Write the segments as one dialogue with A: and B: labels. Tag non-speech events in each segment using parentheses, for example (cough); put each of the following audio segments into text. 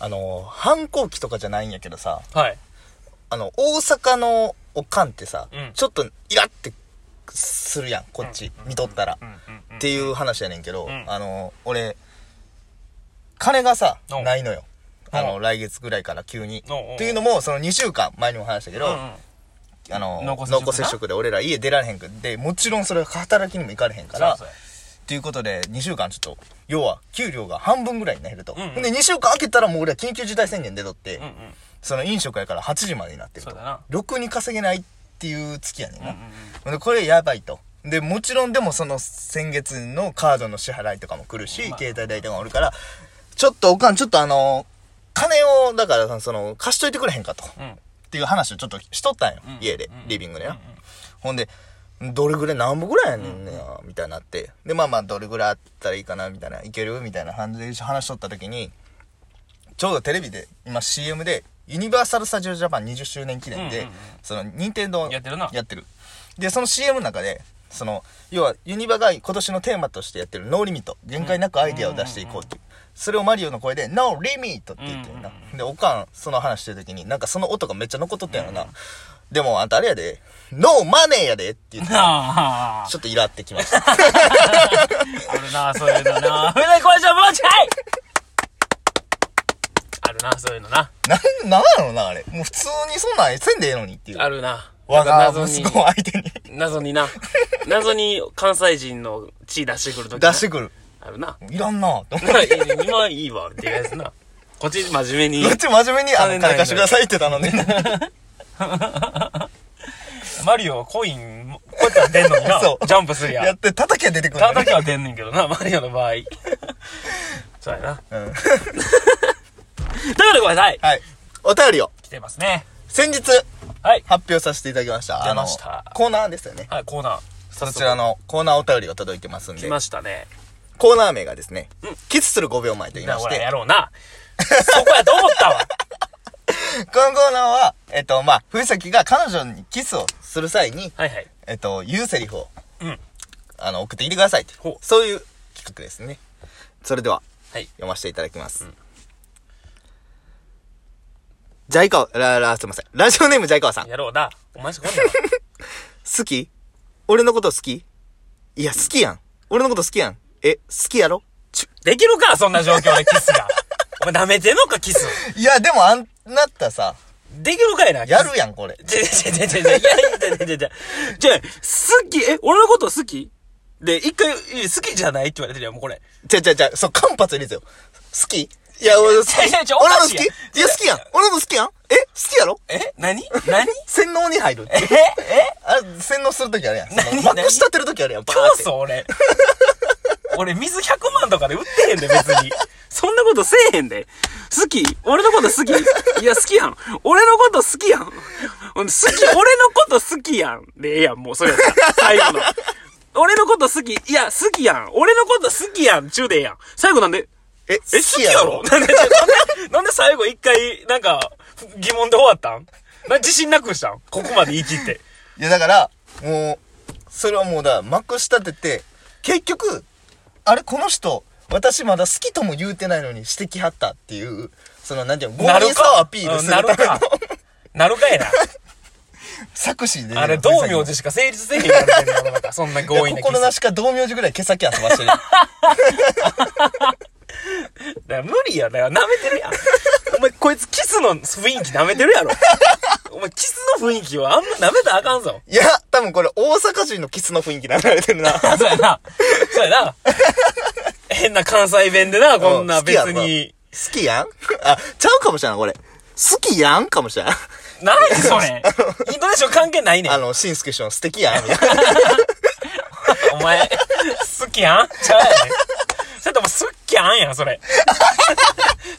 A: あの、反抗期とかじゃないんやけどさ、
B: はい。
A: あの、大阪のおかんってさ、
B: うん
A: ちょっとイラってするやん、こっち、見とったら、
B: うんうんうん。
A: っていう話やねんけど、
B: ん
A: あの、俺、金がさ
B: う、ん
A: ないのよ。あ
B: う
A: の、
B: ん
A: 来月ぐらいから急に。
B: うんうん
A: っていうのも、その2週間前にも話したけど、
B: うんうん
A: あの、
B: 濃
A: 濃厚
B: 厚接触な
A: 接触で俺ら家出られへんくで、もちろんそれは働きにも行かれへんから、
B: そうそう
A: っていうことで、2週間ちょっと、要は、給料が半分ぐらいになると。
B: うんうん
A: ほんで、2週間空けたらもう俺は緊急事態宣言出とって、
B: うんうん。
A: その飲食やから8時までになってると
B: そうだな。
A: ろくに稼げないっていう月やねんな。
B: うんうんうん
A: ほんで、これやばいと。で、もちろんでもその先月のカードの支払いとかも来るし、
B: まあ
A: 携帯代とかもおるから、ちょっとおかん、ちょっとあの、金を、だから、その、貸しといてくれへんかと。
B: うん。
A: っていう話をちょっとしとったんよ、
B: ん
A: 家で
B: うん
A: リビングでな、ほんでどれぐらい何歩ぐらいやねんねや、みたいになってでまあまあどれぐらいあったらいいかなみたいないけるみたいな感じで話しとった時にちょうどテレビで今 CM でユニバーサル・スタジオ・ジャパン20周年記念で、
B: うんうんうん
A: その任天堂
B: やってるな
A: やってるでその CM の中でその要はユニバが今年のテーマとしてやってる「ノーリミット」限界なくアイデアを出していこうっていう、それをマリオの声で「ノーリミット」って言ってるな、でおかんその話してる時になんかその音がめっちゃ残っとったんやろな、でもあんたあれやで「ノーマネーやで」って言 (laughs) って
B: ああ。
A: ちょっとイラってきました
B: あるな、そういうのな。危ない、これじゃもうちょいあるな、そういうのな。
A: なんなんやろなあれもう普通にそんなんせんでええのにっていう
B: あるな。
A: 我が
B: なんか
A: 息子を相手に
B: 謎にな。謎に関西人の血出してくるとき。
A: 出してくる
B: あるな。
A: (laughs) いらんなぁと思って
B: 今いいわ、っていうやつな。こっち真面目 (laughs) に
A: こっ。ち真面目に「あの
B: 金ない
A: 金貸してください」って頼んでんのに
B: マリオはコイン、こうやったら出んのにな。
A: そう
B: ジャンプするやん。
A: やって叩きゃ出てくるの
B: 叩
A: ね
B: きは出んねんけどな、マリオの場合。 (laughs) そうやな。
A: うん
B: (laughs) ということでごめんなさい。
A: はいお便りを
B: 来てますね。
A: 先日
B: はい。
A: 発表させていただきました。
B: 出ました
A: あのコーナーですよね。
B: はい、コーナー。
A: そちら。のコーナーお便りが届いてますん
B: 来
A: で、
B: ましたね。
A: コーナー名がですね、キスする5秒前と言い
B: だ
A: ま
B: か
A: し
B: らや
A: て、
B: ろうな。そこやと思ったわ。 (laughs)
A: このコーナーは、えっと、まあ、冬崎が彼女にキスをする際に、
B: はいはい。
A: えっと、言うセリフを、
B: うん
A: あの、送ってきてください
B: ほ
A: と。そういう企画ですね。それでは、
B: はい。
A: 読ませていただきます。ジャイカワ、ラ、ラ、すいません。ラジオネームジャイカワさん。
B: やろうな。お前しか来んな。
A: 好き俺のこと好きいや、好きやん。俺のこと好きやん。え、好きやろちゅ
B: できるか、そんな状況でキスが。お前舐めてんのか、キス。
A: いや、でもあんなったらさ、
B: できるかいな、キス
A: やるやん、これ。
B: ちょちょちょちょちょ、いやいやいやいやいやじゃあ、好き、え、俺のこと好きで、一回、いや好きじゃないって言われてるやん、もうこれ。
A: ちゃちゃちゃ、そう、間髪入れてよ。好きいや、俺好き。
B: ちゃちゃちゃ
A: 俺の
B: お
A: 好
B: かし
A: き
B: い
A: い
B: やん
A: や、好きやん。俺の好きやん。え好きやろ
B: え何何
A: 洗脳に入る。
B: ええ
A: あれ、洗脳するとき (laughs) あるやん。そ
B: 何
A: のまくし立てるときあるやん、バーって
B: 競争俺。俺、水100万とかで売ってへんで、別に。そんなことせえへんで。好き俺のこと好きいや、好きやん。俺のこと好きやん。ほんで好き、俺のこと好きやん。で、ええやん、もう、それやったら最後の。俺のこと好き、いや、好きやん。俺のこと好きやん。中でええやん。最後なんで、
A: え、
B: え、好きやろなんで、ちょなんで、なんで最後一回、なんか、疑問で終わったんな自信なくしたんここまで言い切って。
A: いや、だから、もう、それはもうだ、まくし立てて、結局、あれ、この人、私まだ好きとも言うてないのにしてきはったっていう、その、なんていうの、強引さをアピールする
B: なる
A: ための
B: か。なるかいな。
A: 作詞で。
B: あれ、道明寺しか成立せえへんやろ、世の中そんな強
A: いや
B: 引なキス。
A: 心なしか道明寺ぐらい毛先遊ば
B: (laughs)
A: してる。
B: だから無理やな。舐めてる (laughs) やん。お前、こいつキスの雰囲気舐めてるやろ。お前、キスの雰囲気はあんま舐めたらあかんぞ。
A: いや、多分これ大阪人のキスの雰囲気流れてる
B: (laughs)
A: な。
B: そうやな。そうや (laughs) な。変な関西弁でな、こんな別
A: うん好きや
B: に。
A: 好きやんあ、ちゃうかもしれん、これ。好きやんかもしれん。 (laughs)
B: 何そ (laughs) れ。インドネシア関係ないねん
A: あ。の、しんすけ師匠の素敵やん、みたいな。
B: お前、好きやんちゃうやねん。それとも、すっきゃんやん、それ。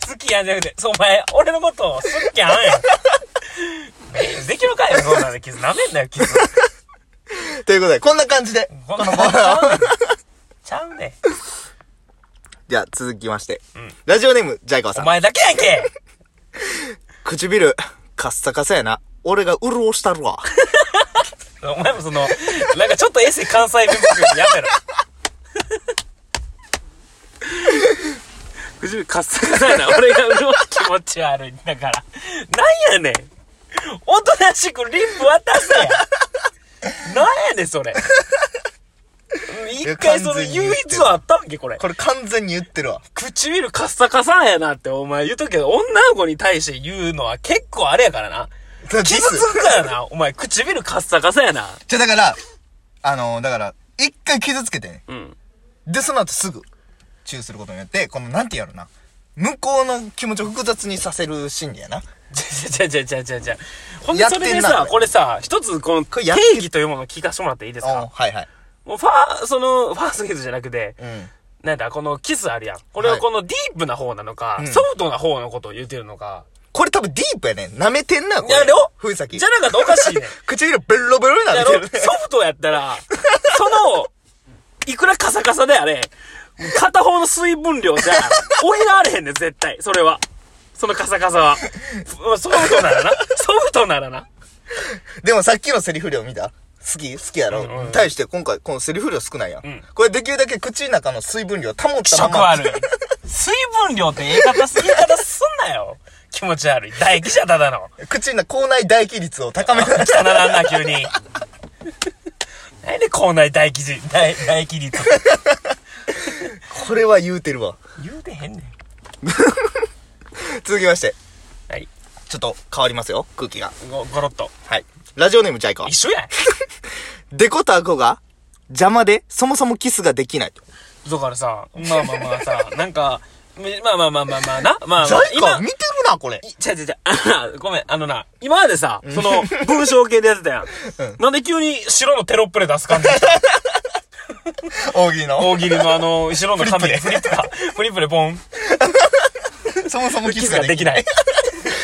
B: 好きやんじゃなくて、そう、お前、俺のことをすっきゃんやん。えできるかよ、そんなんで、キス。舐めんなよ、キス。
A: ということで、こんな感じで。
B: こんなもんちゃうねん。ちゃうねん。
A: じゃあ、続きまして。ラジオネーム、ジャイカワ
B: お
A: さん。
B: 前だけやんけ
A: 唇、カッサカサやな。俺が潤したるわ。
B: お前もその、なんかちょっとエセ関西弁っぽくやめろ。藤井カッサカサやな。俺が潤う気持ち悪いんだから。なんやねん。おとなしくリップ渡せや。なんやねん、それ。一回その唯一はあったんけ、これ。
A: これ完全に言ってるわ。
B: 唇カッサカサやなってお前言うとくけど、女の子に対して言うのは結構あれやからな。
A: ディス
B: 傷つくからな。お前唇カッサカサやな。
A: じゃ、だから、あのだから、一回傷つけてね。
B: うん。
A: で、その後すぐ、チューすることによって、この、なんてやろな。向こうの気持ちを複雑にさせる心理やな。
B: じゃじゃじゃじゃじゃじゃ。ほんでそれで
A: やってん
B: さ
A: な、
B: これさ、一つこの
A: こ
B: 定
A: れやって
B: 義というものを聞かせてもらっていいです
A: お
B: か
A: はいはい。
B: もうファー、その、ファーストキスじゃなくて、
A: うん。
B: なんだ、このキスあるやん。これはこのディープな方なのか、
A: ん
B: ソフトな方のことを言うてるのか。
A: これ多分ディープやね。舐めてんな、これ。
B: やろ
A: 藤崎。
B: じゃなかったらおかしいねん。
A: (laughs) 唇ベロベロにな
B: や
A: って
B: ろ
A: る
B: ソ。フトやっ
A: (laughs)
B: たら、その、いくらカサカサであれ、片方の水分
A: (laughs)
B: 量じゃ、補われへんねん、絶対。それは。そのカサカ
A: (laughs)
B: サは。ソフトならな。ソフトならな。
A: でもさっきのセリフ量見た好き好きやろ、
B: うんうん
A: 対して今回このセリフ量少ないやん。
B: ん
A: これできるだけ口の中の水分量保ったま
B: 食
A: ま。
B: 悪い。水分量って言い方す、言い方すんなよ。気持ち悪い。唾液じゃただの。
A: (laughs) 口の中口内唾液率を高めながら。
B: 汚らんな、急に。なんで口内唾液じ、唾唾液率。
A: (laughs) これは言うてるわ。
B: 言うてへんねん。
A: 続きまして。
B: はい。
A: ちょっと変わりますよ、空気が。
B: ご、ごろっと。
A: はい。ラジオネームジャイカ。
B: 一緒やん。
A: デコとアゴが邪魔でそもそもキスができない。
B: だからさ、まあまあまあさ、なんか、めまあまあまあまあまあな、まあ
A: ジ
B: ま
A: ャ
B: あ、
A: イカ見てるな、これ。
B: いちゃうちゃうちゃうあのなごめん、あのな、今までさ、その、文章系でやってたやん。なんで急に白のテロップで出す感じ
A: 大喜利の。
B: 大喜利のあの、後ろの紙
A: フリップで
B: フリップか。フリップでポン。
A: そもそもキス
B: キス
A: が
B: が
A: で
B: で
A: き
B: き
A: ない。
B: ない。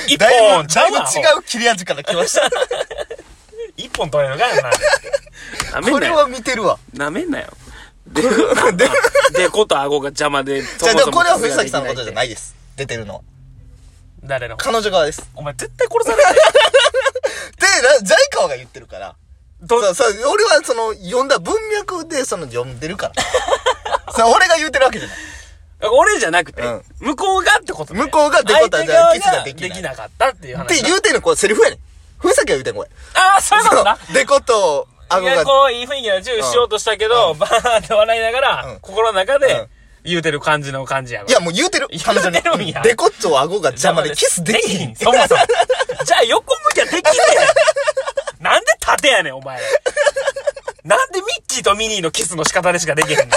B: 一
A: だい
B: 本、
A: ぶ、だいぶ違
B: 邪魔
A: う切れ味から来ました。
B: 一本取れるかよな。なめ
A: こ
B: んな
A: れ
B: よ。
A: は (laughs) 見てるわ。
B: なめんなよ。で、なで、こと顎が邪魔で、
A: じゃあ、でもこれは藤崎さんのことじゃ
B: い。
A: ないです。出てるのは。
B: 誰の
A: 彼女側です。
B: お前絶対殺される
A: で、ラジャイカワが言ってるから。
B: ど
A: そうそう、俺はその、読んだ文脈でその、読んでる
B: (laughs)
A: から。そう、俺が言ってるわけじゃない。
B: 俺じゃなくて、
A: うん
B: 向こうがってことだよ
A: 向こうがってことは
B: 相手側
A: じゃあ
B: が
A: キスがで
B: で
A: きない
B: きなかったっていう話
A: って言うてんの、これセリフやねん。ふさきが言うてん、これ。
B: ああそういうことな
A: そうでこと、
B: い
A: 顎
B: や
A: が。
B: こういい雰囲気のチューしようとしたけど、バーンって笑いながら、
A: うん
B: 心の中
A: う
B: で
A: ん
B: 言うてる感じの感じや
A: いや、もう言うてる。
B: 言うて
A: 彼女に
B: るんや
A: でこと顎が邪魔でキスできひん。
B: そもそも (laughs) じゃあ横向きゃできねえなんで縦やねんお前なんでミッキーとミニーのキスの仕方でしかできへんねん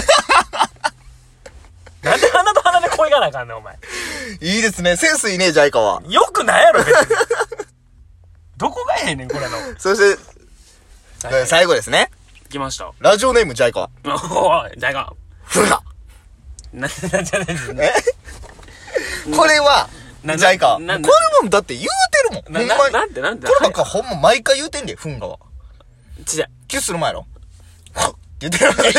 B: なんで鼻と鼻で声がなあかんねんお前
A: いいですね。センスいいね、ジャイカは。
B: よくないやろ、別に。どこがええねん、これの。
A: そして、
B: はい
A: 最後ですね。
B: 来ました。
A: ラジオネームジャイカは。
B: おい、大が。
A: ふら。
B: な、な、じゃないです。
A: えこれは、
B: な
A: ジャイカは。こ
B: な
A: れ
B: な
A: もだって言うてるもん。
B: な
A: ほんまに。
B: ななんてなんて
A: こればっかほんま毎回言うてんで、ふんがは。
B: ちじゃ、
A: キスする前やろ。 (laughs) ふっって言ってる。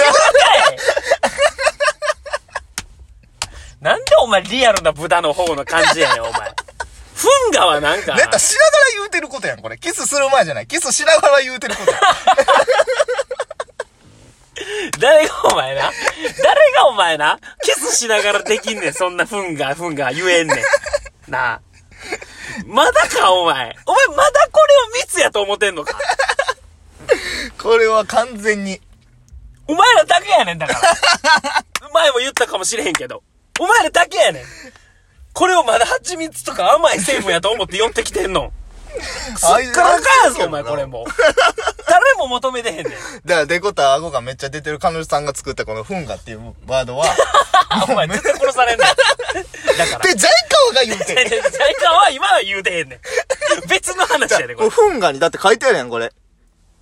B: (laughs) (laughs) なんでお前リアルな豚の方の感じやねん、お前。フンガはなんか
A: ネ、タしながら言うてることやん、これ。キスする前じゃない。キスしながら言うてることやん。
B: 誰がお前な、誰がお前な、キスしながらできんねん、そんなフンガ、フンガ言えんねん。なあ。まだか、お前。お前まだこれを密やと思ってんのか。
A: これは完全に。
B: お前らだけやねんだから。前も言ったかもしれへんけど。お前らだけやねん。これをまだ蜂蜜とか甘い成分やと思って寄ってきてんの。すっからかやぞ、お前これもう。誰も求めてへんねん。
A: だから、デコと顎がめっちゃ出てる彼女さんが作ったこのフンガっていうワー
B: (laughs)
A: ドは、
B: あ、お前絶対殺されんねん。だから。
A: で、ジャイカワが言うて
B: (laughs)
A: る。
B: ジャイカは今は言うてへんねん。別の話やねん、こ
A: これ
B: れ。
A: フンガにだって書いてあるやん、これ。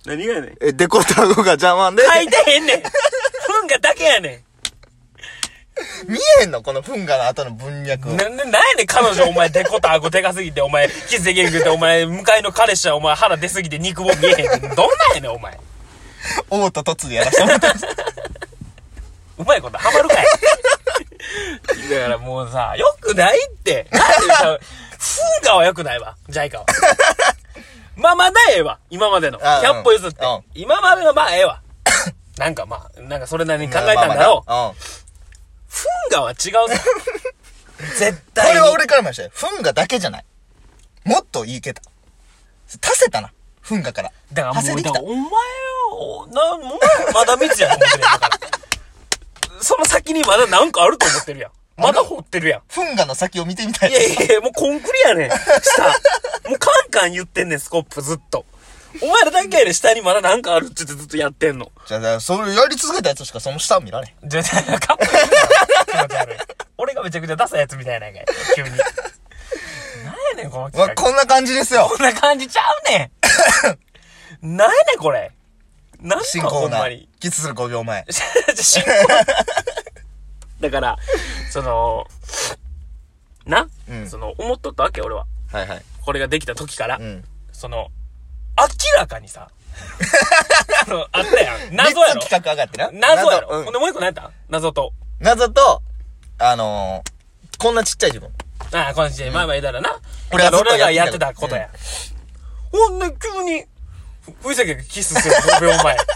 B: 何がやねん。
A: え、デコと顎が邪魔で。
B: 書いてへんねん。フンがだけやね
A: 見えへんのこのフンガの後の文脈を
B: ん。。なんで、なんやねん、彼女、お前、デコと顎でかすぎて、お前、キスできんくて、お前、向かいの彼氏は、お前、腹出すぎて肉も見えへんって。どんなんやねん、お前。
A: オート突でやらせてもらった。
B: うまいことハマるかい (laughs) だからもうさ、よくないって。なんでさ、フンガはよくないわ、ジャイカは。まあまだええわ、今までの。
A: あ
B: 100歩譲って
A: うん。
B: 今までのまあええわ。なんかまあ、なんかそれなりに考えたんだろう。
A: う。うん。
B: フンガは違うぞ。絶対
A: こ
B: に。
A: れは俺からましたよ。フンガだけじゃない。もっと言いけた。足せたな。フンガから。
B: だから
A: 足せ
B: もう、
A: て
B: だ
A: き
B: か
A: た
B: ら。お前を、な、お前まだ蜜やと思ってるやんだから。その先にまだなんかあると思ってるやん。まだ掘ってるやん。
A: フンガの先を見てみたい。
B: いやいやいや、もうコンクリやねん。下。もうカンカン言ってんねん、スコップずっと。お前らだけやねん、下にまだなんかあるって言ってずっとやってんの。
A: じゃあだから、それやり続けたやつしかその下を見られへん。
B: じゃ、なんか、俺がめちゃくちゃダサいやつみたいなんかい、急に。なんやねん、この
A: うわ、
B: 企画。
A: こんな感じですよ。
B: こんな感じちゃうねん。なんやねん、これ。なん
A: 新
B: なん
A: コ
B: ほ
A: ー
B: ん
A: ナ
B: ま
A: ー
B: に。。
A: キスする5秒前。
B: 進行だから、その、な、
A: うん
B: その、思っとったわけ、俺は。
A: はいはい。
B: これができた時から。
A: うん。
B: その、明らかにさ、 (laughs) あのあったやん。謎やろ
A: 三つ。企画上がってな。
B: 謎やろ。
A: 謎,、う
B: ほん
A: ん
B: で、もう一個何やった謎と。
A: 謎と、あのー、こんなちっちゃい自分。
B: ああ、この時点で前々言ったらな。
A: 俺はずっと
B: 俺らが
A: や
B: やっ
A: ってて
B: た
A: た
B: ことや。ほんで、急に、ふざけがキスする5秒前。 (laughs)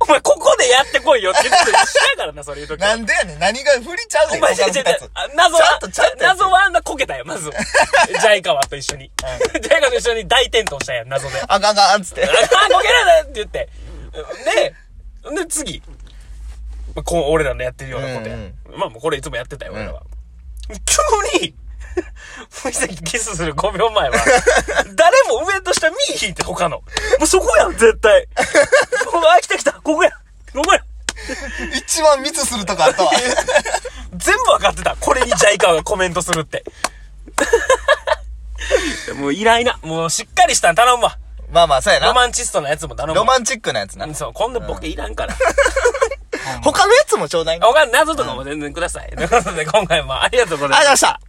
B: お前、ここでやってこいよって言ってた一緒やからな、それ言うとき。
A: なんでやねん。何が振りちゃうね
B: お
A: ん。他の
B: 前、違う違う違う
A: 二つ。
B: あ謎
A: ちゃ
B: は
A: んとちゃん、とやって
B: 謎はあんなこけたよ、
A: (laughs)
B: まず。ジャイカワと一緒に。ジャイカワと一緒に大転倒したやん、謎で。
A: あかんあかんっつって。
B: あ、こけらだって言って。で、で、次。まあこう、俺らのやってるようなことや。
A: うん
B: まあ、もうこれいつもやってたよ、俺らは。急に、 (laughs) ふいキスする5秒
A: (laughs)
B: 前は、誰も上と下見いひいて、他の。もうそこやん、絶
A: (laughs)
B: 対。もうあ、来た来た、ここや、ここや。
A: 一番ミスするとこあった
B: (laughs)
A: わ。
B: 全部わかってた。これにジャイカーがコメントするって。 (laughs) もう依頼な。もうしっかりしたん頼むわ。
A: まあまあ、そうやな。
B: ロ
A: ロマ
B: マンチストのやつも頼むわ。
A: ンチックなやつな。
B: そう、こんなボケいらんから。
A: 他のやつもちょうだい。ありがとう
B: (laughs) 他の謎とかも全然ください。ということで、今回もありがとうござ
A: ござい
B: いました
A: ま。した。